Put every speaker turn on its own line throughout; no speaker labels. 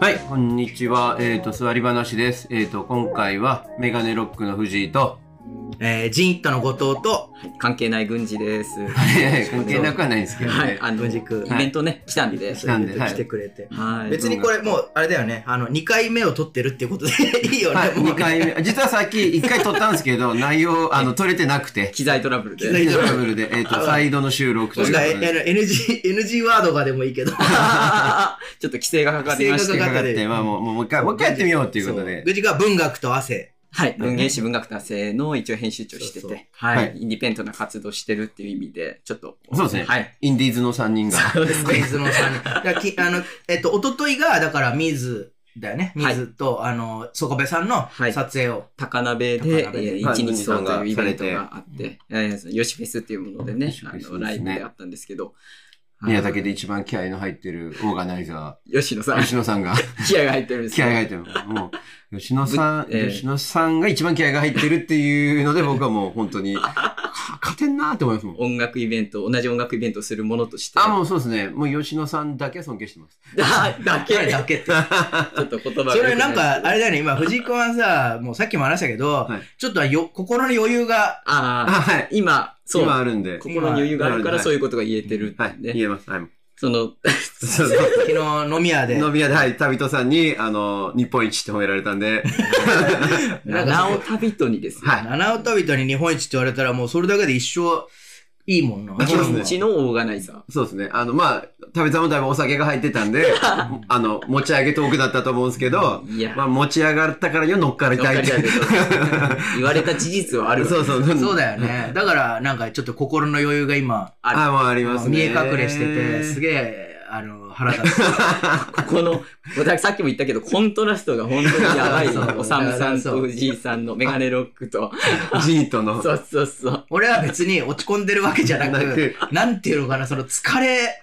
はい、こんにちは。えっ、と、座り話です。えっ、と、今回は、メガネロックの藤井と、
えー、ジンイットの後藤と、
関係ない軍事です。
はい 関係なくはないんですけど、
はい、あの、
同
イ
じく、
はい
ベントね、来たんで
来。たんで、は
来て
い。
くれて。
はい。
別にこれもう、あれだよね、あの、2回目を撮ってるっていうことで いいよね、
はい、
もうね
2回 目。実はさっき1回撮ったんですけど、内容、あの、撮れてなくて、
機材トラブル
機 材
で。
トラブルで、えっ、と、再度の収録と
も
い
し
う
く
こ
はえ
と
あ
で。
の NG、NG ワードがでもいいけど。
ちょっと規制がかかりま
規
し
制
て。
かかって、まあもう、もう一回、もう一回やってみようということ
そ
で。
ぐじが文学と汗。
はい。文芸誌文学達成の一応編集長して
そうそう
て、は。
はい
インディペントな活動してるっていう意味で、ちょっと。
そうですね
はい。
インディーズの3人が。
そうです
ベー
ね。
スのさんに。だからきあの、えっと、おとといが、だから、水だよね。
はい
水と、あの、曽我部さんの
はい
撮影を。
高鍋
高
で、え
鍋で
ー
はい
一日そうというイベン
軍事さ
ト
んが
があって、えーヨシフェスっていうもので
ヨ
ね
シ、フェ
あ
スですね
の、ライブであったんですけど、
宮崎で一番気合の入ってるオーガナイザ
吉野さ
ー、
ん、
吉野さんが。
気合が入ってるんです
気
よ
合が入ってる。もう、吉野さん、
ぶえー
吉野さんが一番気合が入ってるっていうので、僕はもう本当 に、か勝てんなーって思いますもん。
音楽イベント、同じ音楽イベントをするものとして。
あ、もうそうですね。もう吉野さんだけ尊敬してます。
だだけ、
彼 だけって。
ちょっと言葉が
それなんか、あ
れ
れだよね、今、藤井君はさ、もうさっきも話したけど
はい、
ちょっとはよ、心の余裕が、
あ、
ああ、
はい。
今、そう、
今あるんで。
心に余裕があるか
今
らそういうことが言えてる
はい。
ね。
言えます。はい。
その、
そうそう。
昨日飲み屋で、
飲み屋で、はい、旅人さんに、あの、日本一って褒められたん で、
なんか
七尾旅人にですね。
はい。
七尾旅人に日本一って言われたら、もうそれだけで一生、いいもんな。
あ
一
そうですね
日のオーガナイザ
そうですね。あの、まあ、旅人さんもだいぶお酒が入ってたん で、あの、持ち上げトークだったと思うんですけど、
ー。いや、
まあ、持ち上がったからには乗っかりたいって
乗っかりた言われた事実はあるわ。
そうそう。
そうだよね。だから、なんかちょっと心の余裕が今、
あ、もうあります
見え
ね。
隠れしてて、すげえ、あの、腹立つ。
ここの、ださっきも言ったけど、コントラストが本当にやばい
そう
の。おさむさん
そ
と
う
藤井さんのメガネロックと。
ジートの。
そうそうそう。
俺は別に落ち込んでるわけじゃな
なく
く、なんていうのかな、その疲れ、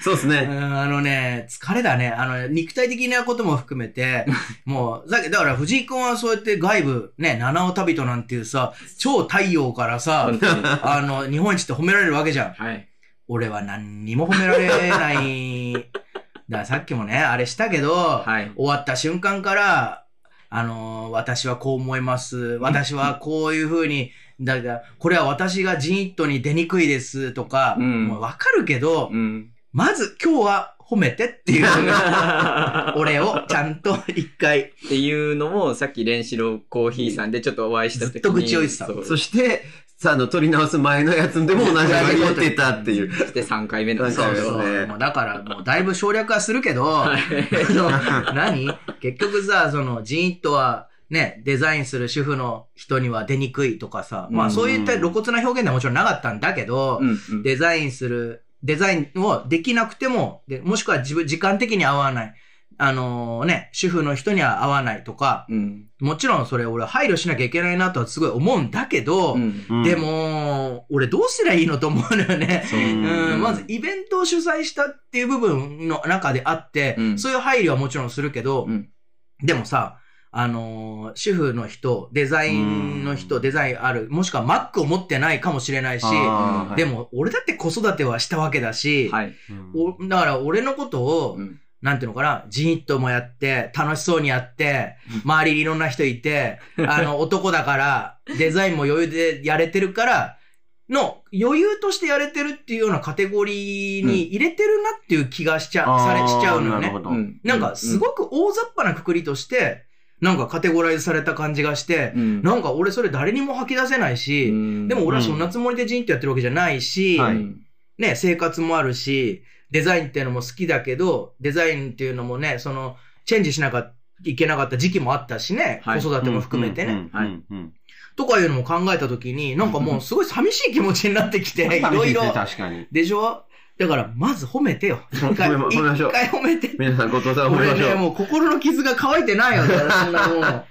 そうです
う
ね。
んあのね、疲れだね。あの、肉体的なことも含め て、もう、だけだから藤井君はそうやって外部、ね、七尾旅人なんていうさ、超太陽からさ
本、当に。
あの、日本一って褒められるわけじゃん。
はい。
俺は何にも褒められない。だ からさっきもね、あれしたけど、
はい。
終わった瞬間から、あのー私はこう思います。私はこういうふうに、だから、これは私がジーッとに出にくいですとか、
うん
もうわかるけど、
うん。
まず今日は褒めてっていう、 俺をちゃんと一回、
っていうのも、さっき、練習のコーヒーさんでちょっとお会いした時に
ずっと愚痴を言ってた
そう
そして、さあの、取り直す前のやつでも同じように言ってたっていう。
そして3回目なんです
そう
よ。
ですね
もうだからもうだいぶ省略はするけど、
はい
あの何結局さ、そのジーンとは、ね、デザインする主婦の人には出にくいとかさ、ま
う
あ
ん
そういった露骨な表現ではもちろんなかったんだけど、
うんうん
デザインする、デザインをできなくても、でもしくは自分、時間的に合わない。あのね、主婦の人には合わないとか、
うん
もちろんそれ俺は配慮しなきゃいけないなとはすごい思うんだけど、
うん
うん
で、も、俺どうすりゃいいのと思うのよね。
そう
うんん、まずイベントを主催したっていう部分の中であって、
うん
そういう配慮はもちろんするけど、
うん
でもさ、あのー主婦の人、デザインの人、
うん
デザインある、もしくは Mac を持ってないかもしれないし、
あーはい
でも俺だって子育てはしたわけだし、
はい。
おだから俺のことを、
うん
なんていうのかな、じーっともやって、楽しそうにやって、周りにいろんな人いて、あの、男だから、デザインも余裕でやれてるから、の、余裕としてやれてるっていうようなカテゴリーに入れてるなっていう気がしちゃ、され、しちゃうのよ
あーなるほ
ね。
ど
うん
なんか、すごく大雑把なくくりとして、なんかカテゴライズされた感じがして、
うん
なんか俺それ誰にも吐き出せないし、でも、俺はそんなつもりでじーっとやってるわけじゃないし、
うん
はい
うん
ね、生活もあるし、デザインっていうのも好きだけど、デザインっていうのもね、その、チェンジしなかいけなかった時期もあったしね、
はい
子育ても含めてね、。
うんうんうん
とかいうのも考えたときに、なんかもうすごい寂しい気持ちになって きて、い
うん
ろいろ。
確かに。
でしょだから、まず褒めてよ。一回、
褒め褒めましょう
一回褒めて。
皆さん、後藤さん褒め
俺
ましょ
ね、
う。
もう心の傷が乾いてないよ。だからそんなもう。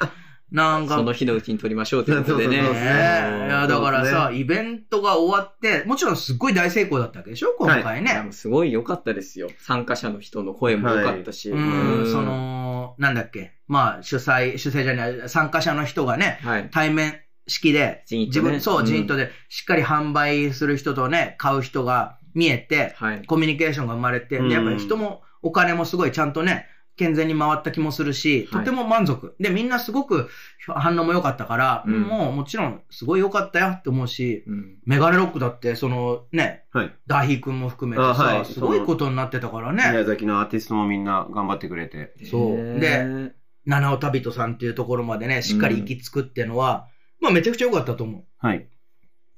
なんか
その日のうちに撮りましょうということでね
そうそうそう
ね
そう。
えいや、だからさ、イベントが終わって、もちろんすっごい大成功だったわけでしょ今回ね。
いやもうすごい良かったですよ。参加者の人の声も良かったし。
う、
うんん
そ、の、なんだっけ。まあ、主催、主催じゃない、参加者の人がね、
はい。
対面式で、
ジーンとね
自分、そうう、
ん
ジーンとで、しっかり販売する人とね、買う人が見えて、
はい。
コミュニケーションが生まれて、
うん
でやっぱり人も、お金もすごいちゃんとね、健全に回った気もするし、
はい
とても満足。で、みんなすごく反応も良かったから、
うん
もうもちろんすごい良かったよって思うし、
うん。
メガネロックだって、そのね、
はい
ダヒー君も含めて
あ
さ、
はい
すごいことになってたからね。
宮崎のアーティストもみんな頑張ってくれて。
そう
で、
七尾旅人さんっていうところまでね、しっかり行き着くっていうのは、まあめちゃくちゃ良かったと思う。
はい。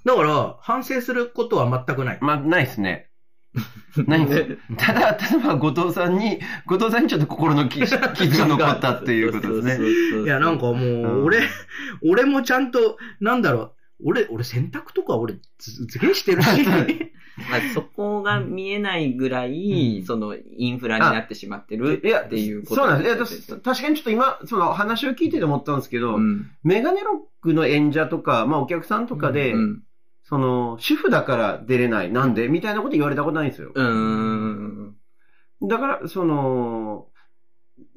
だから、反省することは全くない。
まあ、ないですね。ないですただ、ただ、後藤さんに、後藤さんにちょっと心の傷傷が残ったっていうことですね。
ね
いや、なんかもう、俺、俺もちゃんと、なんだろう、俺、俺洗濯とか俺、ず、ずげえしてるし。
まあ、そこが見えないぐらい、その、インフラになってしまってるっていうこと
そうなんです。いや
す
た確かにちょっと今、その話を聞いてて思ったんですけど、
うん
メガネロックの演者とか、まあお客さんとかで、
うん
その、主婦だから出れない、なんでみたいなこと言われたことないんですよ。
うーん。
だから、その、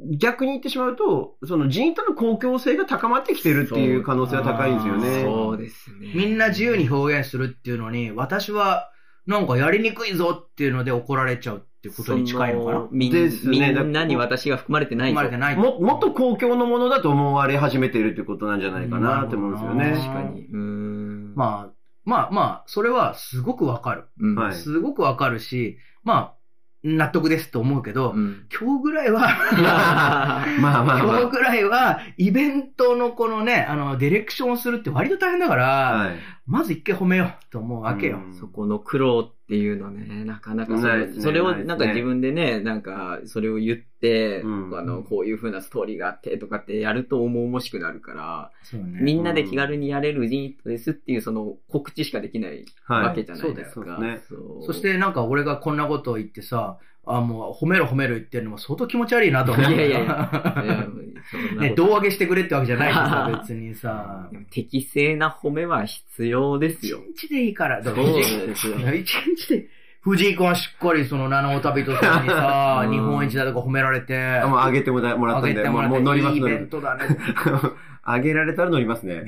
逆に言ってしまうと、その人員との公共性が高まってきてるっていう可能性は高いんですよね。
そうですね。
みんな自由に
っ
表現するっていうのに、私は、なんかやりにくいぞっていうので怒られちゃうっていうことに近いのかな
みん
ですねだから
みんなに私が含まれてない
生
ぞ。
まれてない。
ももっと公共のものだと思われ始めてるってことなんじゃないかなって思うんですよ
なる
ね
ほ
確。かに。うーん。あ、
まあ、まあまあ、それはすごくわかる。
うん。
はい
すごくわかるし、まあ、納得ですと思うけど、
うん
今日ぐらい は
まあまあま
今日
あ。
ぐらいは、イベントのこのね、あの、ディレクションをするって割と大変だから、
はい。
まず一回褒めようと思うわけよ。
うん
そこの苦労っていうのね、なかなかそ
ない
れ,、
ですね
それを
ないですね
なんか自分でね、なんかそれを言って、
うん
あの、こういう風なストーリーがあってとかってやると重々しくなるから、
そう
み
ね。
んなで気軽にやれるユニットですっていうその告知しかできないわ
は
け
い。
じゃないです
は
か。
いそうです
そう
そしてなんか俺がこんなことを言ってさ、あ、もう褒めろ褒めろ言ってるのも相当気持ち悪いなと思う。
いやいやい いやそんな
ね、
こと
胴上げしてくれってわけじゃないけど さ、別にさ
で。も適正な褒めは必要です
一
よ。
日でいいから。だから
そう
一
ですよ、
日一日で。藤井君はしっかりその七尾旅人さんにさ
うん
日本一だとか褒められて、
あもう上げてもらもら
あ
ったん
げ
で、
て
もう
もらっ
も
て
う乗ります
いいイ
乗
ベ
り
ントだね。
ます。 上げられたら乗りますね。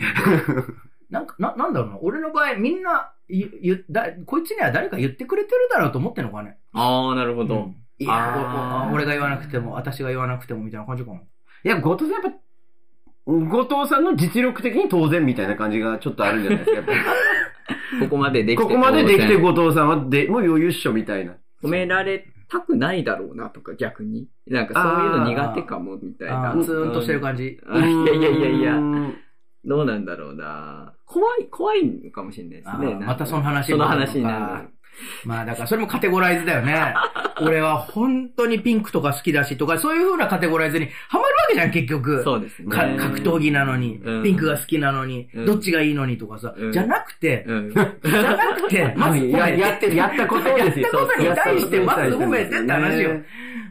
なんか、な、なんだろうな。俺の場合、みんな、ゆ、ゆ、だ、こいつには誰か言ってくれてるだろうと思ってんのかね。
ああ、なるほど。
うんいや
あー
おおあ俺が言わなくても、私が言わなくてもみたいな感じかも。
いや、後藤さんやっぱ、後藤さんの実力的に当然みたいな感じがちょっとあるんじゃないですかやっぱり。
ここまで できて
ここまでできて
当然
後藤さんはでもう余裕っしょみたいな。
褒められたくないだろうなとか逆に。なんかそういうの苦手かもみたい
あ
な。
ーツーンとしてる感じ。
うんいやいやいやいうや、
ん
どうなんだろうな。怖い、怖いのかもしれないです
あ
ね。
ーまたその
話
話
そ
に
の
なるのか
話になる。
まあだからそれもカテゴライズだよ ね。俺は本当にピンクとか好きだしとか、そういう風なカテゴライズにはまるわけじゃん、結局。
そうですね。
か格闘技なのに、
うん
ピンクが好きなのに、
うん
どっちがいいのにとかさ、
うん
じゃなくて、
うん。
じゃなくて、まず褒
や
め、
やってて、やったことですよ。
やったことに対してまず褒めてって話
そうそ
よ
うそ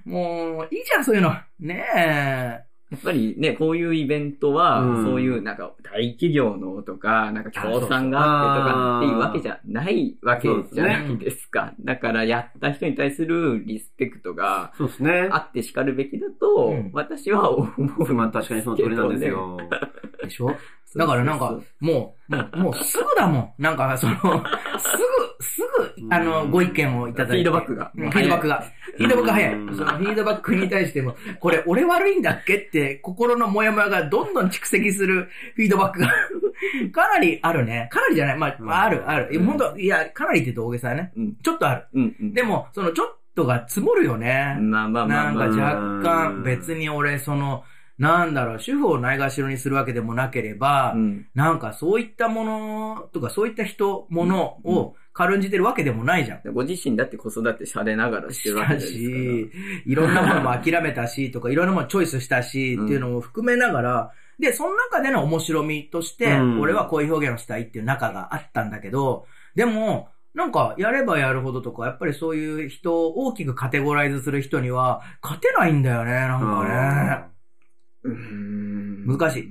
う
もういいじゃん、そういうの。ねえ。
やっぱりね、こういうイベントは、
うん
そういうなんか大企業のとか、なんか協賛があってとかっていうわけじゃないわけじゃないですか。だからやった人に対するリスペクトが
そうですね
あ。って叱るべきだと、
うん
私は思う。
まあ確かにその通りなんですよ。
でしょだからなんか、もう、もう、もうすぐだもん。 なんか、その、すぐ、すぐ、あ
う
の、
ん
ご意見をいただいて。
フィードバックが
うんフィードバックが。フィードバックが早い。そ
うん
のフィードバックに対しても、これ俺悪いんだっけって、心のモヤモヤがどんどん蓄積するフィードバックが、 かなりあるね。かなりじゃない。まあ、
うん
まあある、ある。
うん
本当いや、かなりって言うと大げさだね。
うん
ちょっとある。
うんうん。
でも、そのちょっとが積もるよね。
まあまあま
な
あ
ん
ま
か
あ。
じゃ
若干、別に俺、その、なんだろう、主婦をないがしろにするわけでもなければ、
うん
なんかそういったものとかそういった人、ものを軽んじてるわけでもないじゃん。
ご自身だって子育てされながらしてるわけ
だ
ですから。
し、いろんなものも諦めたしとか、いろんなものチョイスしたしっていうのも含めながら、で、その中での面白みとして、
うん
俺はこういう表現をしたいっていう中があったんだけど、でも、なんか、やればやるほどとか、やっぱりそういう人を大きくカテゴライズする人には、勝てないんだよね、なんかね。
うーん
難しい。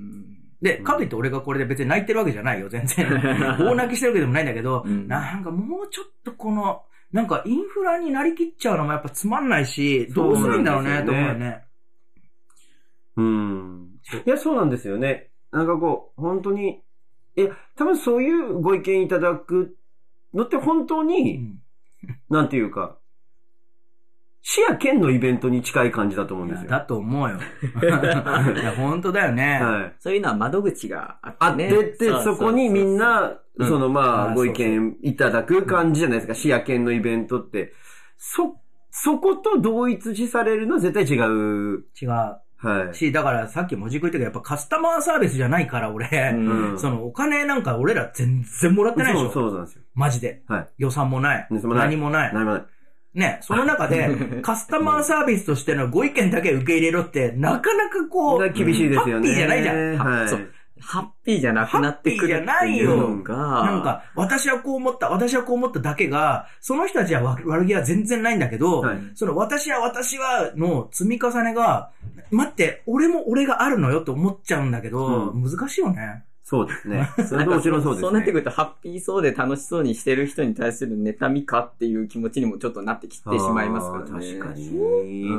で、かといって俺がこれで別に泣いてるわけじゃないよ、全然。大泣きしてるわけでもないんだけど、
うん
なんかもうちょっとこの、なんかインフラになりきっちゃうのもやっぱつまんないし、どうするんだろうね、と思うよね。
うん。いや、そうなんですよね。なんかこう、本当に、いや、多分そういうご意見いただくのって本当に、なんていうか、市や県のイベントに近い感じだと思うんですよ。
だと思うよ。 いや、本当だよね。
はい。
そういうのは窓口があ
あ
っ
って
ね。
てって、そこにみんな、
うん
その
あ
ま
ー
あ、ご意見いただく感じじゃないですか。市や県のイベントって。そ、そこと同一視されるのは絶対違う。
違う。
はい。
し、だからさっきもじく言ったけど、やっぱカスタマーサービスじゃないから、
う
俺。
ん。
そのお金なんか俺ら全然もらってないでし
そう、
ょ。
そうなんですよ。
マジで。
はい
予算もない。
予算もない
何もない。
何もない。
ね、その中 で、 カスタマーサービスとしてのご意見だけ受け入れろって、なかなかこう、
厳しいですよね。
ハッピーじゃないじゃん。
はい。
そうハッピーじゃなくなってくるっていうのが、
なんか、私はこう思った、私はこう思っただけが、その人たちは悪悪気は全然ないんだけど、
はい
その私は私はの積み重ねが、待って、俺も俺があるのよと思っちゃうんだけど、
う
難しいよね。
そうですね。そ
な
れ
んか
もちろんそうですね。
そうなってくると、ハッピーそうで楽しそうにしてる人に対する妬みかっていう気持ちにもちょっとなってきてしまいますからね。
あー確かに。
う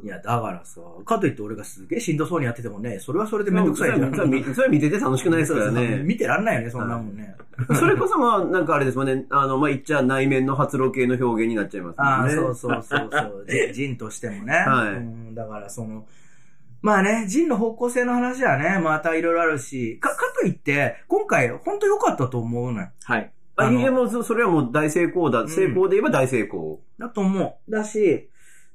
ん。
いや、だからさ、かといって俺がすげえしんどそうにやっててもね、それはそれで
で
めんど
も
く
そ
さ
れ
いじゃ
は
ん。
そ れはそれは見てて楽しくないですから
そうそうそう
ね。
見てらんないよね、そんなもんね。
それこそまあ、なんかあれですもんね。あの、まあ、言っちゃ内面の発露系の表現になっちゃいます
あ
もん
あ、
ね。
そうそうそうそう。ジンジンとしてもね。
はい
うん、だからその、まあね、ジンの方向性の話はね、またいろいろあるし、か、かといって、今回本当良かったと思うのよ。
はい。
あ
あの
いやもうそそれはもう大成功だ。
ん
成功で言えば大成功。
だと思う。だし、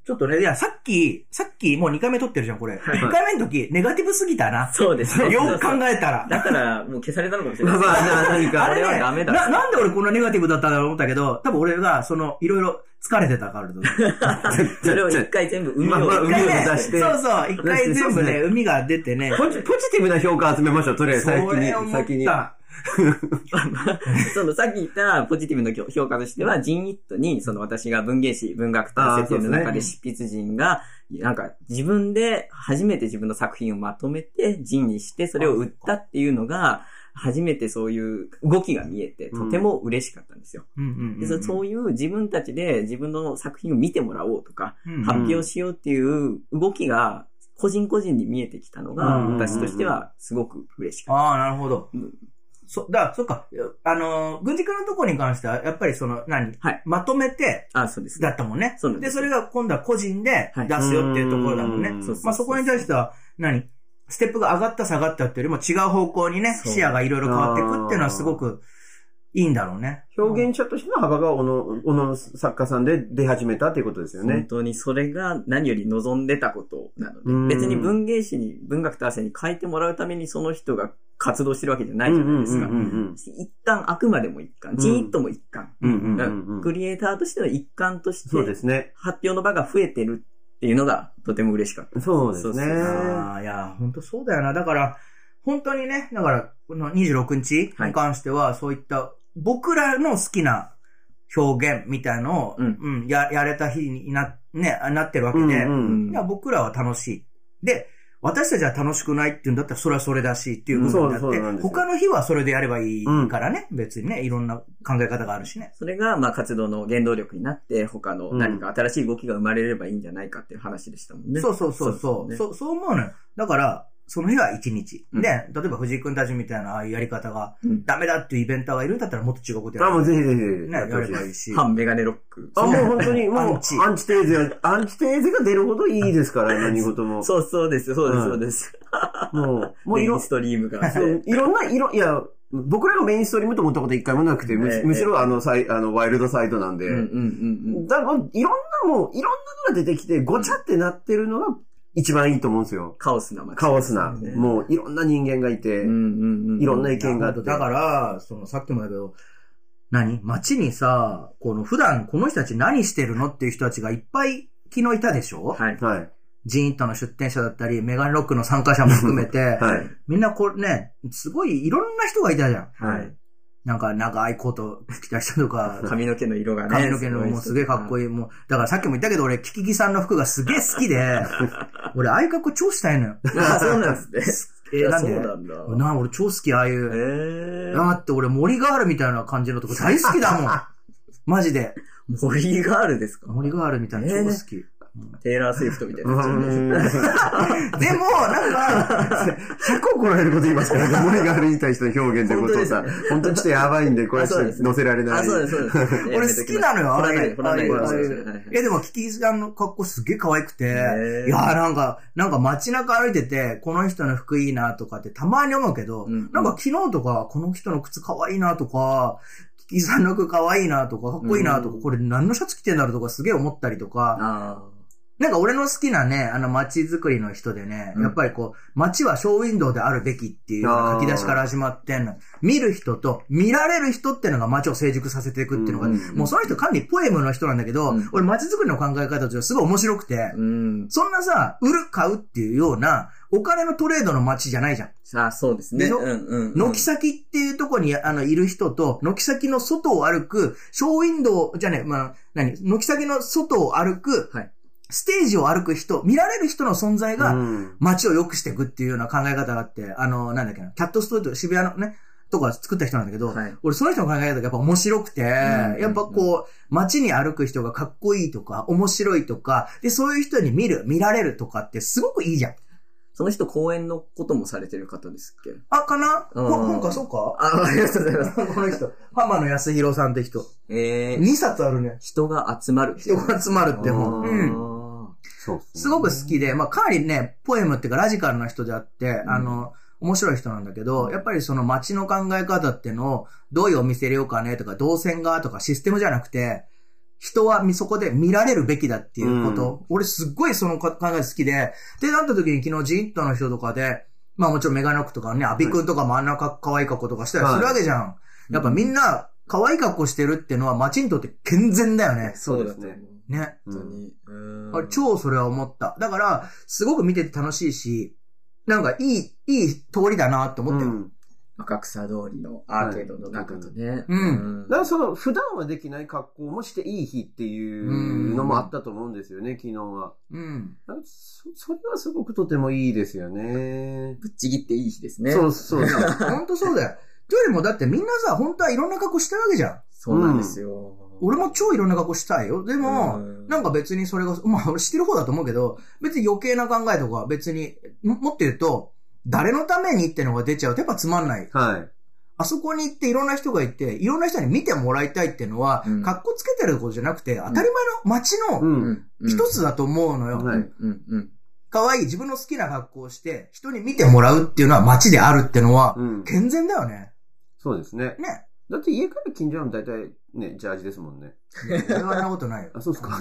ちょっとね、いや、さっき、さっきもう2回目撮ってるじゃん、これ。
はい
1回目の時、ネガティブすぎたな。
そうですね。
よく考えたら。
だから、もう消されたのかもしれ
ま
な
あ
い。
まあ、な何
あ
か。
れね、
俺はダメだ
な、なんで俺こんなネガティブだったんだろう思ったけど、多分俺が、その、いろいろ疲れてたからだと思う
それを一回全部海
まあまあ
を
海
一
を
回
出
ね
して
そうそう、一
出し
回全部
てそう
ね、
で
海が出てね。
ポジポジティブな評価集めましょう、とりあえず
そ
先に
れ思。
先に
っ。た。
そのさっき言ったポジティブの評価としては、ジンイットに、その私が文芸誌、文学と設定の中で執筆人が、なんか自分で初めて自分の作品をまとめて、ジンにして、それを売ったっていうのが、初めてそういう動きが見えて、とても嬉しかったんですよ。
うんうんうん
でそそういう自分たちで自分の作品を見てもらおうとか、
うんうん
発表しようっていう動きが、個人個人に見えてきたのが、
うん
私としてはすごく嬉しかっ
ああ、なるほど
うん。
そ、だから、そっか、あのー、軍事化のところに関しては、やっぱりその、何
はい
まとめて、
た。あ、そうですね。
だったもんね。
そうなんです
それが今度は個人で
はい
出すよっていうところだもんね。
うん
そうそう
まあそこに対しては、何ステップが上がった下がったっていうよりも違う方向にね、
そう
視野がいろいろ変わっていくっていうのはすごくいいんだろうね。
表現者としての幅が、おの、おの作家さんで出始めたっていうことですよ
本
ね。
当にそれが何より望んでたことなの
う
で、
ん
別に文芸誌に文学と汗に書いてもらうためにその人が活動してるわけじゃないじゃないですか
うんうんうんうん。
一旦あくまでも一
うん
貫、ジーンとも一貫。
うんうんうんうん
クリエイターとしての一貫として
そうですね。
発表の場が増えてるっていうのがとても嬉しかった。
そうですね
そう。そう
ああ、いや、本当そうだよな。だから、本当にね、だから、この26日に関しては、そういった僕らの好きな表現みたいのを、
うん
うんややれた日にな、ね、なってるわけ
う
で、
んうん
いや僕らは楽しい。で、私たちは楽しくないっていうんだったら、それはそれだしっていうことになって、
うんそうそうなんですよ
他の日はそれでやればいいからね、別にね、いろんな考え方があるしね。
それが、まあ、活動の原動力になって、他の何か新しい動きが生まれればいいんじゃないかっていう話でしたもんね。
そうそうそうそう。
ですね
そう、そう思うのよ。だから、その日は1日。
うん
で、例えば藤井君たちみたいなああいうやり方が、
うん
ダメだっていうイベンターがいるんだったらもっと違うことや
あ、
る。
もうぜひぜひ。
ね、や
やってほし
れ
い
ばいいし。
反メガネロック。
あ、もう本当に、も
アンチ
う、アンチテーゼが、アンチテーゼが出るほどいいですから、何事も。
そうそうです、そうです、
うん
そうです。
もう、もう
メ
い
イ
ろ
ン、ストリームが。
そういろんな、いろ、いや、僕らがメインストリームと思ったこと一回もなくて、むし
ええ
むしろあの、サイあの、ワイルドサイドなんで。
うんうんうんうん。
だから、いろんなもう、いろんなのが出てきて、ごちゃってなってるのが一番いいと思うんですよ。
カオスな街。
カオスな。
ね
もう、いろんな人間がいて。
うんうんうん。
いろんな
意
意見があって。
だから、そのさっきもだけど、何街にさ、この普段この人たち何してるのっていう人たちがいっぱい昨日いたでしょ
はい。
はい。
ジーンとの出店者だったり、メガネロックの参加者も含めて、
はい。
みんなこれね、すごいいろんな人がいたじゃん。
はい。
なんか長いコート着た人 とか、
髪の毛の色がね。
髪の毛のもうすげえかっこ
いい。
いい。もう、だからさっきも言ったけど俺、キキキさんの服がすげえ好 きで、俺、ああいう格好超したいのよ。
あ、そうなんですね。
えーなんで
いやそうなんだ。
な、俺超好き、ああいう。
え
だって俺森ガールみたいな感じのとこ 大好きだもん。マジで。
ー、森ガールですか
森ガールみたいなの超好き。
テイラー・スウィフトみたいな。
でも、なんか、
100怒られること言いますからね、 森があるに対しての表現ってことをさ、本当にちょっとやばいんで、これはちょっと載せられない。
あ、そうです、そうです。
俺好きなのよ、
掘
あ
ら
れ
ないで、掘らない
あれ
で掘らないで
あれ
はいはい
え、でも、キキさんの格好すげえ可愛くて、い
へー
や、なんか、なんか街中歩いてて、この人の服いいなとかってたまに思うけど、
うん
なんか昨日とか、この人の靴可愛いなとか、キキさんの服可愛いなとか、かっこいいなとか、
うん
これ何のシャツ着てんだろうとかすげえ思ったりとか、
あ
なんか俺の好きなね、あの街づくりの人でね、
うん
やっぱりこう、街はショーウィンドウであるべきっていう書き出しから始まってんの。見る人と見られる人ってのが街を成熟させていくっていうのが
ん
もうその人完全にポエムの人なんだけど、
うん
俺街づくりの考え方としてはすごい面白くて
ー、うん。
そんなさ、売る買うっていうような、お金のトレードの街じゃないじゃん。
あ、そうですね。
でしょ
うんうんうん。
軒先っていうとこに、あの、いる人と、軒先の外を歩く、ショーウィンドウ、じゃね、まあ、何、軒先の外を歩く、
はい
ステージを歩く人、見られる人の存在が、街を良くしていくっていうような考え方があって、あの、なんだっけな、キャットストリート、渋谷のね、とか作った人なんだけど、
はい。
俺、その人の考え方がやっぱ面白くて、
んうん
やっぱこう、街に歩く人がかっこいいとか、面白いとか、で、そういう人に見る、見られるとかってすごくいいじゃん。
その人公演のこともされてる方ですっけ
あ、かな
うん
ほ本か、そうか
あ、ありがとうございます。
この人、浜野康弘さんって人。
えー、
2冊あるね。
人が集まるってい
人
う。
が集まるって本。うん。
ん。
すごく好きで、まあかなりね、ポエムっていうかラジカルな人であって、
うん
あの、面白い人なんだけど、やっぱりその街の考え方ってのを、どういうお店入れようかねとか、動線がとかシステムじゃなくて、人はみそこで見られるべきだっていうこと。俺すっごいそのか考え好きで、で、なった時に昨日ジーンとの人とかで、まあもちろんメガネクとかね、アビ君とかもあんなか可愛い格好とかしたりするわけじゃん。やっぱみんな、可愛い格好してるってのは街にとって健全だよね。
そうですね。
ね。
本当に。うん
あれ超それは思った。だから、すごく見てて楽しいし、なんかいい、いい通りだなって思ってる。
赤草通りのアーケードの中とね。
うん
だからその、普段はできない格好もしていい日っていうのもあったと思うんですよね、昨日は。
うん。
そそれはすごくとてもいいですよね。
ぶっちぎっていい日ですね。
そうそうそう。
ほんとそうだよ。というよりも、だってみんなさ、本当はいろんな格好してるわけじゃん。
そうなんですよ。
俺も超いろんな格好したいよ。でも、なんか別にそれが、まあ俺してる方だと思うけど、別に余計な考えとか別に、も持ってると、誰のためにってのが出ちゃうとやっぱつまんない。
はい。
あそこに行っていろんな人がいて、いろんな人に見てもらいたいっていうのは、
うん
格好つけてることじゃなくて、当たり前の街
う
の
ん。
一つだと思うのよ。
うん
う
は
んうんうん。
可愛い自分の好きな格好をして、人に見てもらうっていうのは街であるってのは、
うん。
健全だよね。
そうですね。
ね。
だって家から近所なの大体ね、ジャージですもんね。
俺はそんなことないよ。
あ、そうっすか。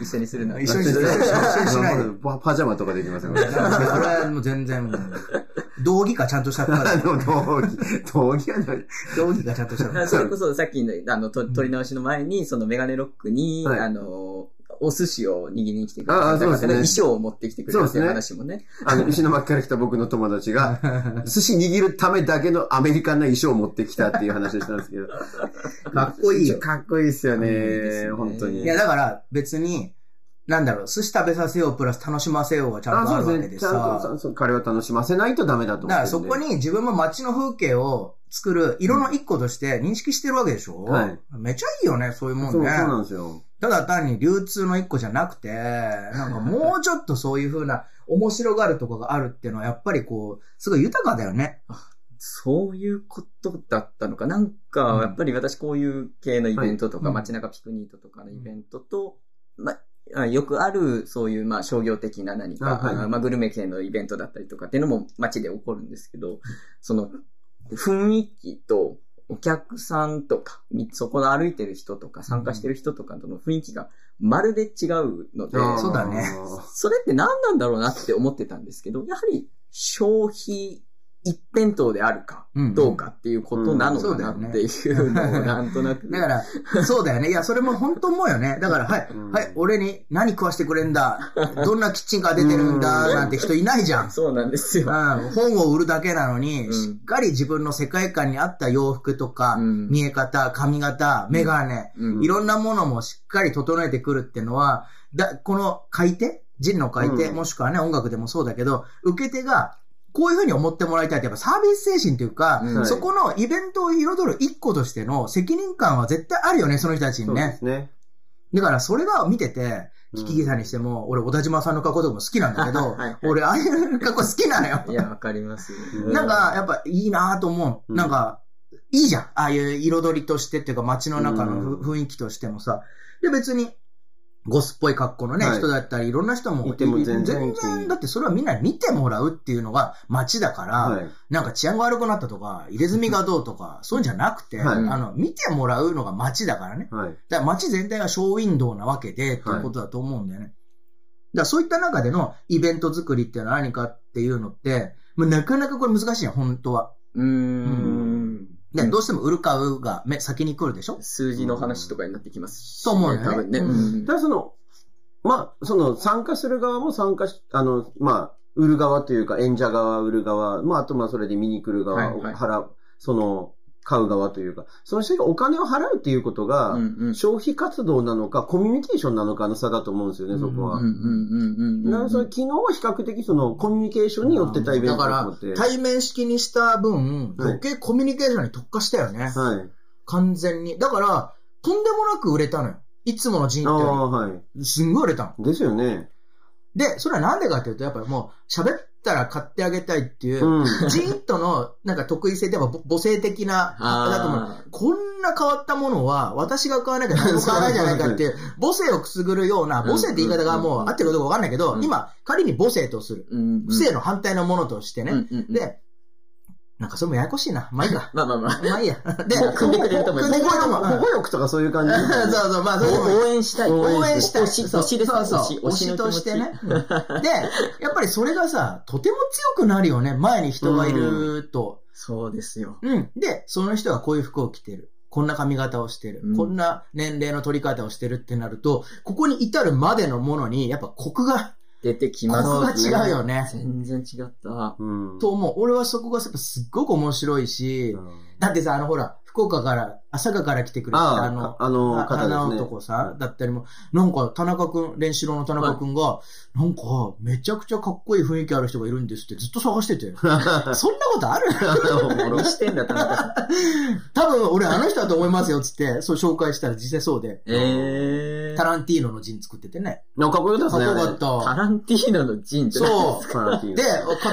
一緒にする な。
一緒にする一緒にし ない
パパジャマとかできますよ
それ はもう全然、 道義かちゃんとした服
あ
か
の、 道義、道義はない。
道義かちゃんとした服
あそれこそさっきの、あの、と撮り直しの前に、そのメガネロックに、
はい
あの、お寿司を握りに来てくれ
ああそうですね
衣装を持ってきてくれたっていう話もね。
あの、石巻から来た僕の友達が、寿司握るためだけのアメリカンな衣装を持ってきたっていう話をしたんですけ ど。
かっこいいよ
かっこいいですよ
いいで
ね
すね。
本当に。
いや、だから別に、なんだろう、寿司食べさせようプラス楽しませようがちゃんとあ
あ、
る
そう
わ
で
け
すね。
で
ちゃんと
さ
そ。そう、彼を楽しませないとダメだと思ってる
だ
んで。
からそこに自分も街の風景を作る色の一個として認識してるわけでしょ、
はい
めちゃいいよね、そういうもんね。
そう、そうなんですよ。
ただ単に流通の一個じゃなくて、なんかもうちょっとそういう風な面白がるとかがあるっていうのはやっぱりこう、すごい豊かだよね。
そういうことだったのか。なん
うん
か、やっぱり私こういう系のイベントと
は
か、
い
街中ピクニットとかのイベントと、まあ、よくある、そういう、まあ、商業的な何
あ
か、
はい
あのまあ、グルメ系のイベントだったりとかっていうのも街で起こるんですけど、その、雰囲気と、お客さんとか、みそこの歩いてる人とか、参加してる人とかとの雰囲気がまるで違うので、
あー
そうだね。
それって何なんだろうなって思ってたんですけど、やはり消費一辺倒であるか
うん
どうか。っていうことなのかなっていうのをなんとなく。
だから、そうだよね。いや、それも本当思うよね。だから、はい、
うん
はい、俺に何食わしてくれんだ。どんなキッチンカー出てるんだ、
うん
なんて人いないじゃん。
そうなんですよ。
うん、本を売るだけなのに、
うん
しっかり自分の世界観に合った洋服とか、
うん
見え方、髪型、メガネ、
うん
いろんなものもしっかり整えてくるっていうのは、だ、この買い手人の買い手、
うん
もしくはね、音楽でもそうだけど、受け手が、こういうふうに思ってもらいたいって、やっぱサービス精神というか、
うん
そこのイベントを彩る一個としての責任感は絶対あるよね、その人たちに
そうで
ね。
すね。
だからそれが見てて、キキゲさんにしても、俺、小田島さんの格好とかも好きなんだけど、
はいはい
俺、ああいう格好好きなのよ。
いや、わかりますよ。
うん
なんか、やっぱいいなと思
う
う。
ん
なんか、いいじゃん。ああいう彩りとしてっていうか、街の中のふ
うん
雰囲気としてもさ。で、別に、ゴスっぽい格好のね、
はい
人だったり、いろんな人も
いても全然
全然だってそれはみんな見てもらうっていうのが街だから、
はい。
なんか治安が悪くなったとか、入れ墨がどうとか、そういうんじゃなくて、
はい
あの、見てもらうのが街だからね。
はい。
だから街全体がショーウィンドウなわけで、っていうことだと思うんだよね。だからそういった中でのイベント作りっていうのは何かっていうのって、もうなかなかこれ難しいよ、本当は。
うーん。
で、どうしても売る買うがめ先に来るでしょ
数字の話とかになってきますし。
と思うよね
多分ね。
うん
ただその、まあ、その参加する側も参加し、あの、まあ、売る側というか、演者側、売る側、まあ、あとまあ、それで見に来る側、
はいはい
払う、その、買う側というか、その人がお金を払うっていうことが、
うんうん
消費活動なのか、コミュニケーションなのかの差だと思うんですよね、そこは。
うんうんうんうん。
なので、その昨日は比較的その、コミュニケーションに寄ってたイベント
だ
だ
か
と思って。
ら、対面式にした分、
はい
余計コミュニケーションに特化したよね。
はい。
完全に。だから、とんでもなく売れたのよ。いつもの人
あ
ってよ
あ、はい。
り。すんごい売れたの。
ですよね。
で、それはなんでかっていうと、やっぱりもう、喋ったら買ってあげたいっていうう、
ん。
ジーンとの、なんか得意性ってやっぱ母母性的な、だと思う。
あー
こんな変わったものは、私が買わなきゃ何も買わないじゃないかっていう、母性をくすぐるような、母性って言い方がもう合ってるかどうかわかんないけ
う
ど、
ん
今、仮に母性とする。
うんうん。
不正の反対のものとして
うん
ね。
うんうん。。
で、なんかそれもややこしいな。まあいいか
まあまあまあ。
まあいいや。で、
もう組んでくれると思い
組ん
ます
でくれると思う。
保護欲とかそういう感じですよ
うん
ね
そうそう、まあそれでもいい
応援したい。
応援したい。
推し、推しです。
そうそう
推し、推
推
し
し
の気
と
持ち
してね。で、やっぱりそれがさ、とても強くなるよね。前に人がいると。
そうですよ。
うん。で、その人がこういう服を着てる。こんな髪型をしてる。
うん
こんな年齢の取り方をしてるってなると、ここに至るまでのものに、やっぱコクが、
出てき
コ
ま
クが
す
違うよね。
全然違った。
うん。
と思う。俺はそこがやっぱすっごく面白いし、だってさ、あのほら、福岡から、朝霞から来てくれたあ
あ
の、
あ、あの
あ
方
花
ですね。
男さんだったりも、なんか田中くん、練習郎の田中くんが、なんか、めちゃくちゃかっこいい雰囲気ある人がいるんですってずっと探してて。そんなことある
何してんだ、田中さん。
多分俺あの人だと思いますよっつって、そう紹介したら実際そうで、
えー
タ。ランティーノの陣作っててね。
なんかかっこよか
か
っ
ったこ
ですね。
よ
あれ
かった。
タランティーノのジンって何
そ
パラティーノ
う。で、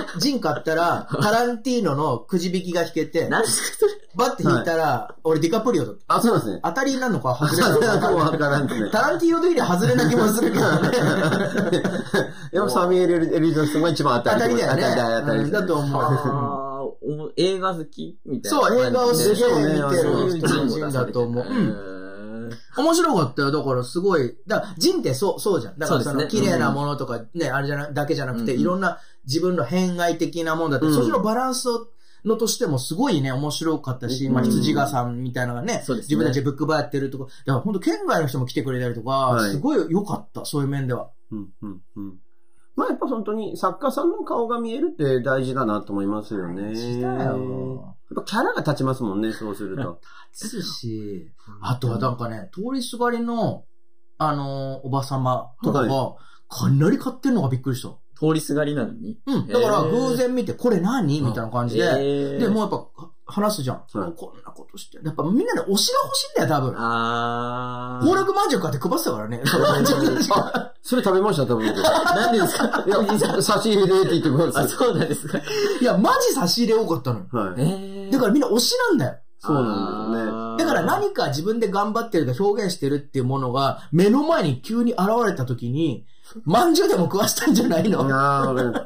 か陣買ったら、タランティーノのくじ引きが引けて、
何ですかそれ
バッて引いたら、俺ディカプリオだった。
あ、そうなんですね。
当たりになるのか
あ、
外れ
そ
なの
うな
か
ん
分かんない
です ね。
タランティーノ的には外れな気もするけど ね。
やっぱサミュエル・エリザスが一番当
当
た
た
り
りだよね。
当たりだ、当た
うん
り
だと 思う。
あーお映画好きみたいな
そ
感
う、
じで。
映画をすげえ見て
そう
る
いう
人
人
たちだと思う。うん
う。
面白かったよ。だからすごい。だから、人ってそう、そうじゃん。だからそ
そうで
の、
すね
綺麗なものとか、ね、あれじゃな、だけじゃなくて、
うんうん
いろんな自分の偏愛的なもんだって、
うん
そっちのバランスを、のとしてもすごいね、面白かったし、
うん
まあ、羊がさんみたいなのがね、
そうです
自
ね
分たちでブックバーやってるとか、だから本当県外の人も来てくれたりとか、
はい
すごい良かった、そういう面では。
うんうんうんまあやっぱ本当に作家さんの顔が見えるって大事だなと思いますよね。
だ
や
よ。
っぱキャラが立ちますもんね、そうすると。
立つし、あとはなんかね、通りすがりの、あのーおばさまとかが、かなり買ってんのがびっくりした。
通りすがりなのに。
うん。だから、
へー
偶然見て、これ何みたいな感じで、
えー
で、もうやっぱ、話すじゃん。
はい
こんなことして。やっぱみんなで推しが欲しいんだよ、多分。
あー。
宝楽まんじゅう買って配って たからね。そのまんじゅう
あ、 それ食べました、多分僕。
なんでですか
いや差し入れでって言ってくださ
あ、
い。
そうなんですか。
いや、マジ差し入れ多かったのよ。
はい。
え、
だかららみんな推しなんだよ。
そうなんですよね。
だから何か自分で頑張ってるか表現してるっていうものが、目の前に急に現れた時に、まんじゅうでも食わしたんじゃないの
いやー、わかります。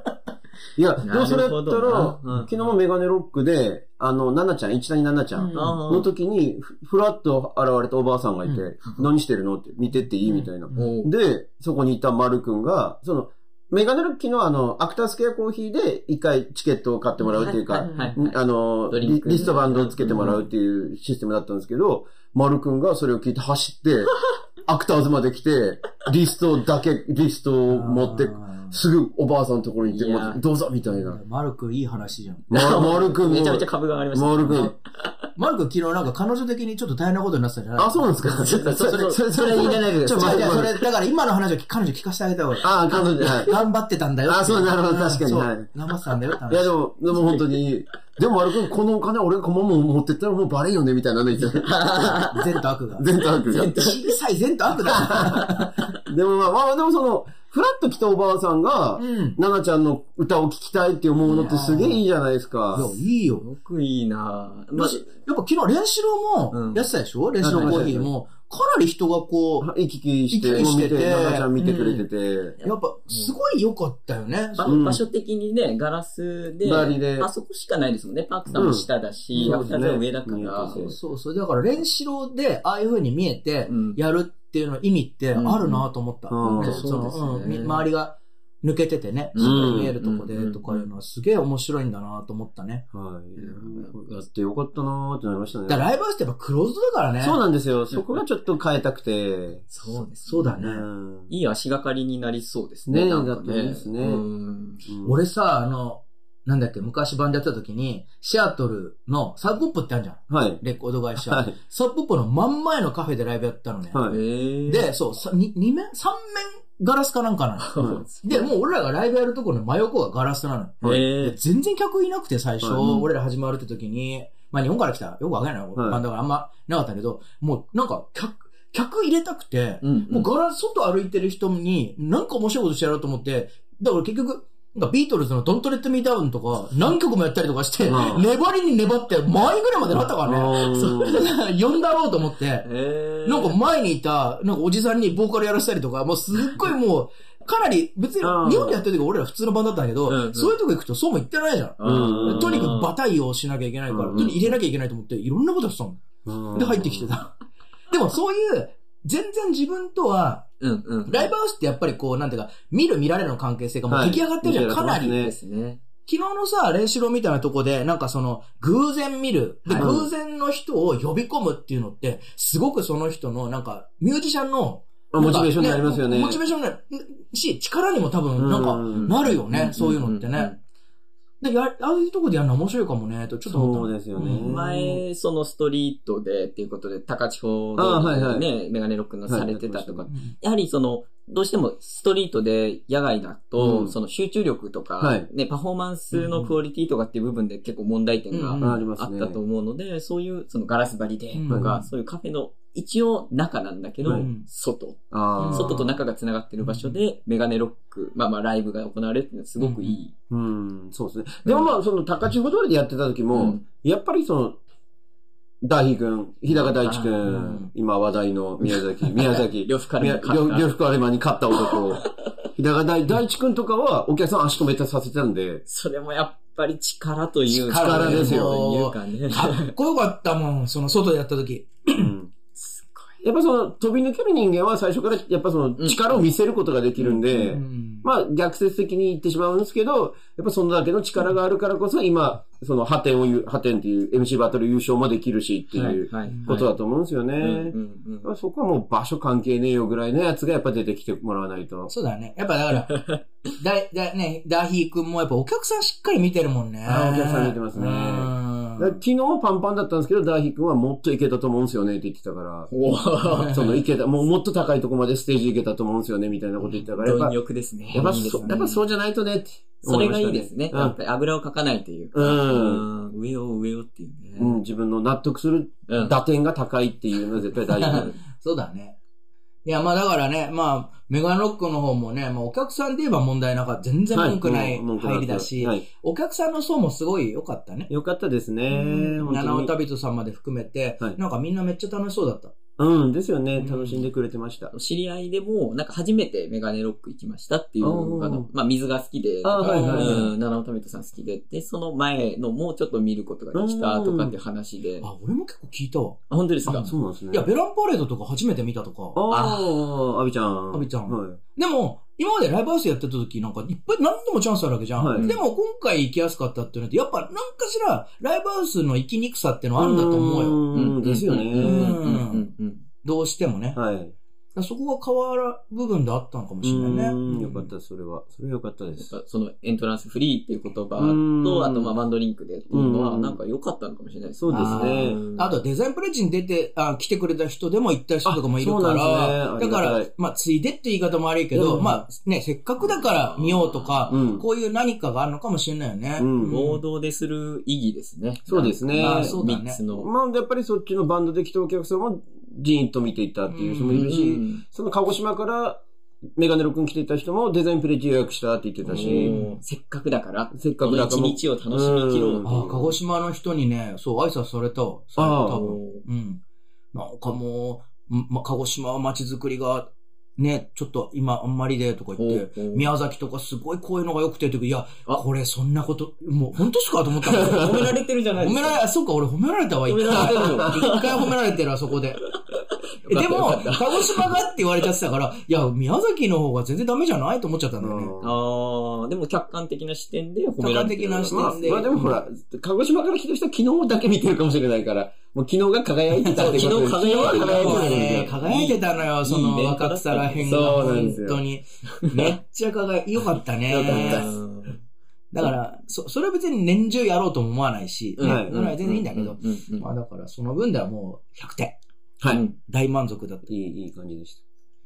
いや、でもそれやった
なるほ
ら
どなうん、
昨日もメガネロックで、あの、ナナちゃん、一谷ナナちゃん
うん
の時に、ふふらっと現れたおばあさんがいて、何してるのって、見てっていいみたいな。
おう
で、そこにいた丸くんが、その、メガネロック昨日あの、アクタースケアコーヒーで一回チケットを買ってもらうっていう
は
か
い、はいはい
あの、
ドリ
リ
ンク
リストバンドをつけてもらうっていうシステムだったんですけど、丸くんがそれを聞いて走 って、アクターズまで来て、リストだけ、リストを持って、すぐおばあさんのところに行って、
いや
もうどうぞみたいな。
マル君いい話じゃん。
ま、まるくんも。
めちゃめちゃ株が上がりました。
まるくん。
マル君昨日なんか彼女的にちょっと大変なことになってたじゃない
あ、そうなんですか
ちょっとそ れ
れ、それ言えない でく
ちょ、
ださ
ま
い
あ、じゃあそれ、だから今の話を彼女聞かせてあげた方がいい。
あ、彼女、はい。
頑張ってたんだよってい。
あそうなるほど
ん
確かに
そう
はい
頑張ってたんだよって話。
いや、でも、でも本当に、でも、丸くん、このお金俺がこのまま持ってったらもうバレんよね、みたいなね、言って
善と悪が。
全然悪が。
小さい善と悪だ。
でもまあ、まあ、でもその、フラッと来たおばあさん が、
うん。
奈々ちゃんの歌を聴きたいって思うのってすげえいいじゃないです
い
か
や。いいよ。
すごくいいなぁ。ま
だ
あ
し、やっぱ昨日、練習
う
も
ん
やってたでしょ練習のコーヒーも、かなり人がこう、
行き来して、
行き来してて
もう見奈々ちゃん見てくれてて。
やっぱすごい良かったよね。
ば
うん
場所的にね、ガラスで、
周りで
あそこしかないですもんね。パークさんも下だし、
うん
アフターズは上だから。
そうですね
そうそう。だから、練習で、ああいう風に見えて
う、ん
やるっていうの意味ってあるなと思った。
うん
ね
うん
その
そうですね
うん周りが抜けててね、
うん
外に見えるとこ
うんう
で
ん
とかいうのはすげえ面白いんだなと思ったね。
はい。やってよかったなーってなりましたね。
だからライブハウスってやっぱクローズドだからね。
そうなんですよ。そこがちょっと変えたくて。
そうですね
そうだ
う
ね。
ん。
いい足がかりになりそうですね。
ねえ
なんか
だといいですね
うん
俺さ、あの、なんだっけ、昔バンドやってた時に、シアトルのサブポップってあるじゃん。
はい。
レコード会社。
はい。
サブポップの真ん前のカフェでライブやったのね。
はい。
へえ
で、そう、さに二面三面ガラスかなんかなの。
うん
で、もう俺らがライブやるところの真横がガラスなの。
はい
へ
で
え
全然客いなくて最初、
はい
俺ら始まるって時に、まあ日本から来た、よくわかんな
は
い、
い
バンドがあんまなかったけど、もうなんか客、客入れたくて、
うん
もうガラス、外歩いてる人に、なんか面白いことしてやろうと思って、だから結局、なんかビートルズの Don't Let Me Down とか、何曲もやったりとかして、
うん
粘りに粘って、前ぐらいまでなったからね。
あー
そう 呼んだろうと思って、
へえ
なんか前にいた、なんかおじさんにボーカルやらせたりとか、もうすっごいもう、かなり、別に
うん
日本でやってる時は俺ら普通のバンドだったんだけど、
うんうん
そういうとこ行くとそうも言ってないじゃん。
うん
とにかくバタイをしなきゃいけないから、
うん
とにかく入れなきゃいけないと思って、いろんなことしたの。
うん
で、入ってきて。た。でもそういう、全然自分とは、
うんうん。
ライブハウスってやっぱりこう、なんていうか、見る見られるの関係性がもう
はい
出来上がってるじゃん、
出来
か
上が
な
ってます
り。
ね
ですね。
昨日のさ、練習みたいなとこで、なんかその、偶然見る。で、
はい
偶然の人を呼び込むっていうのって、すごくその人の、なんか、ミュージシャンの、
あモチベーションに
な
なんり
か
ますよね。
モチベーションになるし、力にも多分、なんか、
うん
なるよね、
うん
そういうのってね。。で、や、ああいうとこでやるの面白いかもね、と、ちょっと思
そ
っ
う
た。
ですよ
う
ね。
ん
前、そのストリートでっていうことで、高千穂
あはいは
で
い
ね、メガネロックのされてたとか
は、
やはりその、どうしてもストリートで野外だと、
うん
その集中力とか、
はい
ね、パフォーマンスのクオリティとかっていう部分で結構問題点
うん
が
ああります
あっ
ね。
たと思うので、そういうそのガラス張りで
うん
とか、そういうカフェの一応中なんだけど、
はい
外、
あー
外と中が繋がってる場所でメガネロック、まあまあライブが行われるっていうのはすごくいい。
うん、そうですね。でもまあ、その、高千穂通りでやってた時
う
も
ん、
やっぱりその、大輝くん、日高大地く
うん
ん、今話題の宮崎、宮崎、
両夫カル
宮
マ買った
両福アレマに勝った男。 日高大大地くんとかは、お客さん足止めたさせてたんで、
それもやっぱり力というか
力ですよ
そういうかね。
かっこよかったもん、その外でやった時。
うん
す
やっぱその、飛び抜ける人間は最初から、やっぱその、力を見せることができるん
う
で、
ん
まあ、逆説的に言ってしまうんですけど、やっぱそのだけの力があるからこそ、今、その、破天を言う、破天っていう MC バトル優勝もできるしって
ごい
いう
はいはいはい
ことだと思うんですよね。
うんうんうん
まあそこはもう場所関係ねえよぐらいのやつがやっぱ出てきてもらわないと。
そうだね。やっぱ だから、だ、だ、ね、ダーヒー君もやっぱお客さんしっかり見てるもんね。
あお客さん見てますね
うん
だから昨日はパンパンだったんですけど、ダーヒ君はもっといけたと思うんですよねって言ってたか
おー
ら、そのいけた、もうもっと高いとこまでステージいけたと思うんですよねみたいなこと言ってたから、やっ
貪
ぱ、
欲ですね。
やっぱ
いいです
そ
ね
やっぱそうじゃないとねって
そ
思い
れ
ま
が
し
い
た
いですね。
う
や
ん
っぱり油をかかないというか、
うん
うん上を上をっていうね。
うん、自分の納得する
うん
打点が高いっていうのは絶対大 事。
そうだね。いや、まあだからね、まあ、メガロックの方もね、まあお客さんで言えば問題なかった。全然文句ない
もう文句
入りだし、
はい
お客さんの層もすごい良かったね。
よかったですね。本
七尾
当に
旅人さんまで含めて、
はい
なんかみんなめっちゃ楽しそうだった。
うん、ですよ
う
ね
ん。
楽しんでくれてました。
知り合いでも、なんか初めてメガネロック行きましたっていうあの
おー
まあ水が好きで、
あー
はいはいはい
うん、七尾ためとさん好きで、で、その前のもうちょっと見ることができたとかっていう話で、あ
あ、俺も結構聞いたわ。
本当ですか
そうなんですね。
いや、ベランパレードとか初めて見たとか。
ああ、アビちゃん。
アビちゃん
はい。
でも、今までライブハウスやってた時なんかいっぱい何度もチャンスあるわけじゃん。
はい
でも今回行きやすかったっていうのって、やっぱなんかしら、ライブハウスの行きにくさってのはあるんだと思うよ。
うんですよね。
うんうんうんうん
どうしてもね。
はい。
らそこが変わる部分であったのかもしれないね。
うん、よかった、それは。それはよかったです。
やっぱそのエントランスフリーっていう言葉
うん
と、あとまあバンドリンクでっていうの
う
は、
ん
なんか良かったのかもしれないです
そうですね。
あとデザインプレッジに出て、あ来てくれた人でも行った人とかもいるか
あ
ら、
そうなんですねあり
だ
が
か
たい
ら、まあ、ついでって言い方も悪いけど、
うん
まあ、ね、せっかくだから見ようとか、
うん
こういう何かがあるのかもしれないよね。
うん
合同でする意義ですね。
そうですね
なんか
あ
そうだね
三つの。
まあ、やっぱりそっちのバンドで来たお客さんも、ジーンと見ていたっていう人もいるし、
うん
その鹿児島からメガネロ君来てた人もデザインプレッジ予約したって言ってたし、
うんせっかくだから、
せっか
こ
く
の
だ
一
からもう
日を楽しみきろうってい
あ
う。
鹿児島の人にね、そう、挨拶されたわ。それ
ああ
多分。うん。なんかもう、んま、鹿児島は街づくりが、ね、ちょっと今あんまりでとか言って、
宮
宮崎とかすごいこういうのが良くてとか、いや、
あ
これそんなこと、もう本当っすかと思ったもん
褒められてるじゃない
褒
で
め
すか。
られ、あそうか、俺褒められたわ、一回。
褒められてるよ
一回褒められてるわ、そこで。え
よかっ
で
た
も、
よか
鹿児島がって言われちゃってたから、いや、宮崎の方が全然ダメじゃないと思っちゃったんだよね。
うん
ああ、でも客観的な視点で褒められてる。
客観的な視点
まあ、まあでもほら、鹿児島から来た人は昨日だけ見てるかもしれないから、もう昨日が輝いてたってことで
そう昨日輝いてた
昨日
も
は
う
輝いて
ね、
た
輝いてたのよ、そ
いいイ
の
ベント
若
だった
草
ね
ら辺が。
そうなんです
本
よ
当に。めっちゃ輝い、よかったね。
よかった
うん
だから、そ、それは別に年中やろうとも思わないし、ね
はい
それは全然いいんだけど。。
ううんうん
まあだから、その分ではもう100点。
はい
うん
大満足だった。
いい、いい感じでし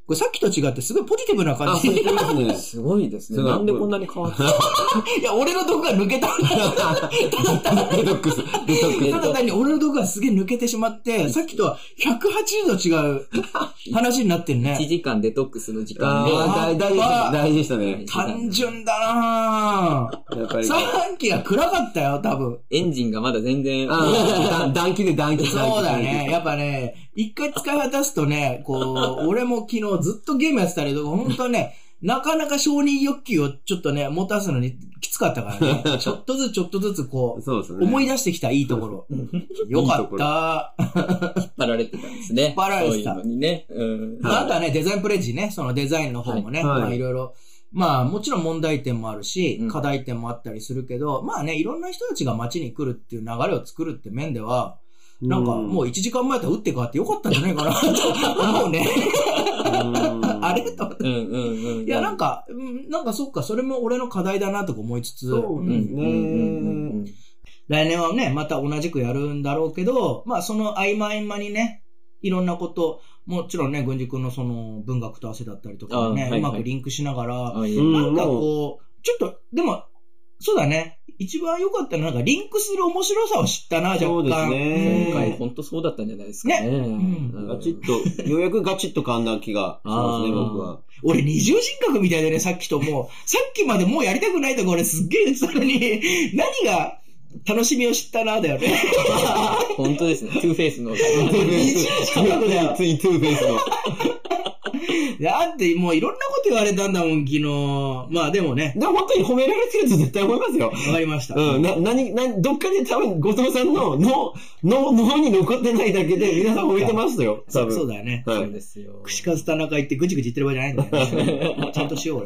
これさっきと違ってすごいポジティブな
た。あ、
感
そ
じ
う。ですね。
すごいですね。
すごい
なんでこんなに変わった
いや、俺の毒が抜けた。
デトックス、デトック
ただ単に俺の毒がすげえ抜けてしまって、さっきとは180度違う話になってる
?1
ね。
時間デトックスの時
ス。
間で。
ああ、大大事でした。大事でしたね。
単純だなぁ。
やっぱり。
さっきは暗かったよ、多分。
エンジンがまだ全然、
ああ、暖気で暖気
そうだね。。やっぱね、一回使い果たすとね、こう、俺も昨日ずっとゲームやってたけど、本当ね、なかなか承認欲求をちょっとね、持たすのにきつかったからね。ちょっとずつちょっとずつこう、
そうですね。
思い出してきたいいところ。よかった。
引っ張られてたんですね。
引っ張られてた
そういうのにね。うん。
まああとはね、デザインプレッジね、そのデザインの方もね、
はいはい
まあいろいろ、まあもちろん問題点もあるし、
うん
課題点もあったりするけど、まあね、いろんな人たちが街に来るっていう流れを作るって面では、なんかもう1時間前と打って変わってよかったんじゃないかなと思うね。
うん、
あれと思って。
うんうんう
い
ん。
や、なんか、うんなんかそっか、それも俺の課題だなとか思いつつ、
そう
うん、
で
う
す
ん
ね
うんうん。
来年はね、また同じくやるんだろうけど、まあその合間合間にね、いろんなこと、もちろんね、軍事君のその文学と汗だったりとかもね、
あはいはいう
まくリンクしながら、
あいや
うん
なんかこう、ちょっと、でも、そうだね、一番良かったのはなんかリンクする面白さを知ったな、若干。
そうですね
うん
今回本当そうだったんじゃないですかね。
ん
ガチッと、ようやくガチッと勘な気がしますね、僕は。
俺二重人格みたいでね、さっきともう、さっきまでもうやりたくないとか俺すっげえ言ってたのに、 何が楽しみを知ったな、だよね。
本当ですね。ト ゥーフェイスの。
ついトゥーフェイスの。
だってもういろんなこと言われたんだもん、昨日。まあでもね、
でも本当に褒められてると絶対思いますよ。
わかりました。
うん、な、なに、な、どっかで多分、後藤さんの脳、脳、脳に残ってないだけで、皆さん置いてますよ、多分。
そうだよね。
は
そ。
いう
ですよ。
串カツ田中行ってぐちぐち言ってる場合じゃないんだ よね。ちゃんとしよう、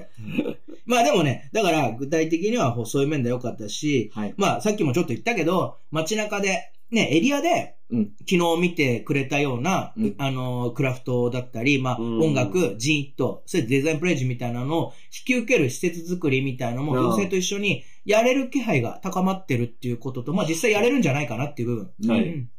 俺。まあでもね、だから具体的にはそういう面で良かったし、
はい。
まあさっきもちょっと言ったけど、街中で、ね、エリアで、
うん
昨日見てくれたような、
うん
あの、クラフトだったり、まあ、
うん
音楽、ジーンと、それでデザインプレイジみたいなのを引き受ける施設作りみたいなのも、
うん
行政と一緒にやれる気配が高まってるっていうことと、まあ実際やれるんじゃないかなっていう部分。
は
う
い
ん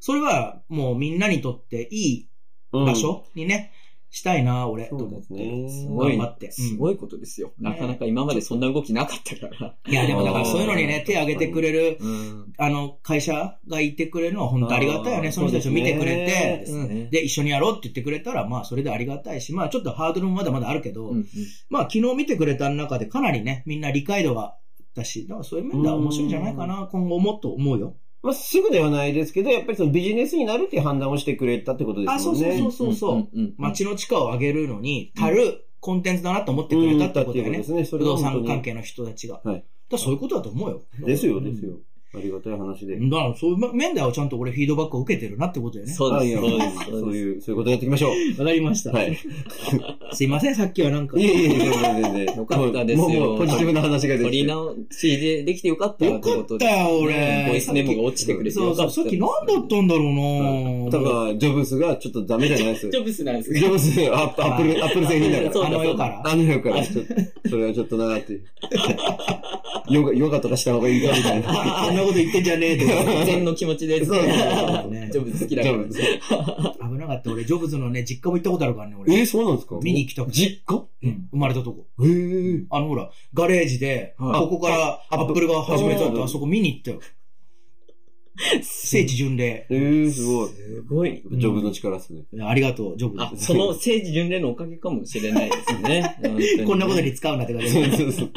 それはもうみんなにとっていい
うん
場所にね、したいな、俺、と
そう
思
で
っ
す
て。
ね。
すごい
頑張ってう、ん
すごいことですよ。なかなか今までそんな動きなかったから。
いや、でもだからそういうのにね、手挙げてくれる、
うん。
あの、会社がいてくれるのは本当ありがたいよ
あ
ね。
ー
その人たちを見てくれて
そうですねそうですね
うんで、一緒にやろうって言ってくれたら、まあ、それでありがたいし、まあ、ちょっとハードルもまだまだあるけど、
うんうん
まあ、昨日見てくれた中でかなりね、みんな理解度があったし、だからそういう面では面白いんじゃないかな、今後もっと思うよ。
まあ、すぐではないですけど、やっぱりそのビジネスになるっていう判断をしてくれたってことですもんね。
あ、そうそうそうそうそう、
んんん
街の地価を上げるのに、足るコンテンツだなと思ってくれたってことだよね。
すね。そ
不
れは
動
本当
産
に
関係の人たちが。
はい
だからそういうことだと思うよ。
ですよ、ですよ。ありがたい話で。
だから、そういう面ではちゃんと俺フィードバックを受けてるなってことだよね。
そう
あ
で
い
す。
や
そうです。
そ
そう
う
です。
いう、そういうことやっていきましょう。
わかりました。
はい。
すいません、さっきはなんか。
いえいえ、全然全然。
よかったですよ
もう、もうポジティブな話がで
取
きて
り。直しでできてよかった
よ
わって
か
こ
っ
と
た
で。
よ、
ね
俺。
ボイスメモが落ちてくれて
そ
よ
う
か
そ
った
う、
です
さっき何だったんだろう
うん
な
だから、ジョブスがちょっとダメじゃないですよ。
ジョブスなんです
ジョブス、アップ、アップル、アップル製品だから。
そう
あの世から。
あの世から、ちょっと、それはちょっとなーっていう。ヨガ、ヨガとかした方がいいかみたい な。
あんなこと言ってんじゃねえとか。
完全の気持ちで
そう
す。
そう
うね
ジョブズ好きだから。
ジョ
危なかった。俺、ジョブズのね、実家も行ったことあるからね、
ブズえ
俺。
ー、そうなんですか
見に来た。
実家
うん生まれたとこ。
えー。
あの、ほら、ガレージで、
はい
ここから
あ
アップルが始めたって、
あ
あそこ見に行ったよ。聖地巡礼。
えー、すごい。
すごい。
ジョブズの力っすね。
ありがとう、ジョブ
あ、
ズ。
その政治巡礼のおかげかもしれないですね。本当に
こんなことに使うなって 感じ
そう。そうそう。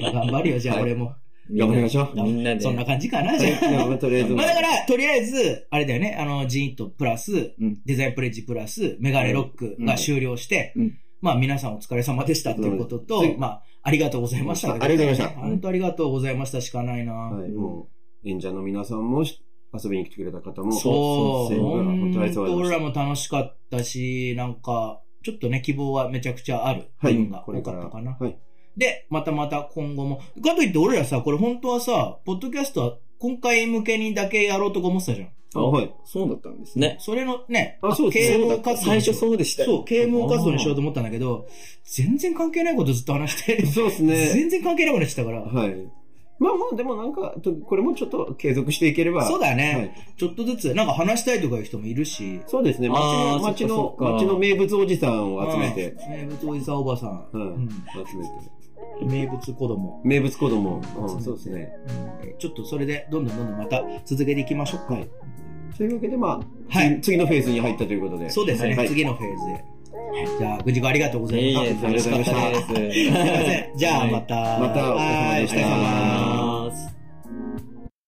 頑張るよ、じゃあ
はい
俺も。
頑張りましょう。
みんなで。
そんな感じかな、じゃあ。
はいまあとりあえず。
まあだから、とりあえず、あれだよね、あの、ジーンとプラス
うん、
デザインプレッジプラス、メガネロックが終了して
うん、
まあ皆さんお疲れ様でしたっていうこと
う
と、
ん
まあ、ありがとうございましただけど。
ありがとうございました
本当ありがとうございましたしかないな。
はい、もう、演者の皆さんもし遊びに来てくれた方も、
そ、
そう
う
本
本当にそう思い
当
ま
俺
す
らも楽しかったし、なんか、ちょっとね、希望はめちゃくちゃある
は
部
い、
分が
こ
多
れか。
からったかな。
はい。
で、またまた今後も。かといって俺らさ、これ本当はさ、ポッドキャストは今回向けにだけやろうとか思ってたじゃん。
あ、はい。
そうだったんですね。
それのね、
あそうです
啓
そうだ
蒙
っ
活動にしよ
最初そうでしたよ。
そう、啓蒙活動にしようと思ったんだけど、全然関係ないことずっと話して、
そうですね。
全然関係なくなっちゃったから。
はい。まあまあ、でもなんか、とこれもちょっと継続していければ。
そうだね、
はい。
ちょっとずつ、なんか話したいとかいう人もいるし。
そうですね。町
あ
の、
ー
町
そっ
の、
かそっか
町の名物おじさんを集めて。
うん。名物おじさんおばさん。
うん
うん
集めて。
名物子供。
名物子供。
集
う
め
ん、
て
そうですね。
うんちょっとそれで、どんどんどんどんまた続けていきましょうか。
はいというわけで、まあ、
はい
次次のフェーズに入ったということで。
そうですね、
はい。
次のフェーズで。じゃあ、ぐじごありがとうございま
い
し
えい
た。
え、楽しかったです。
すいません。じゃあ、また。
またお疲れ様でした
はいお疲れ様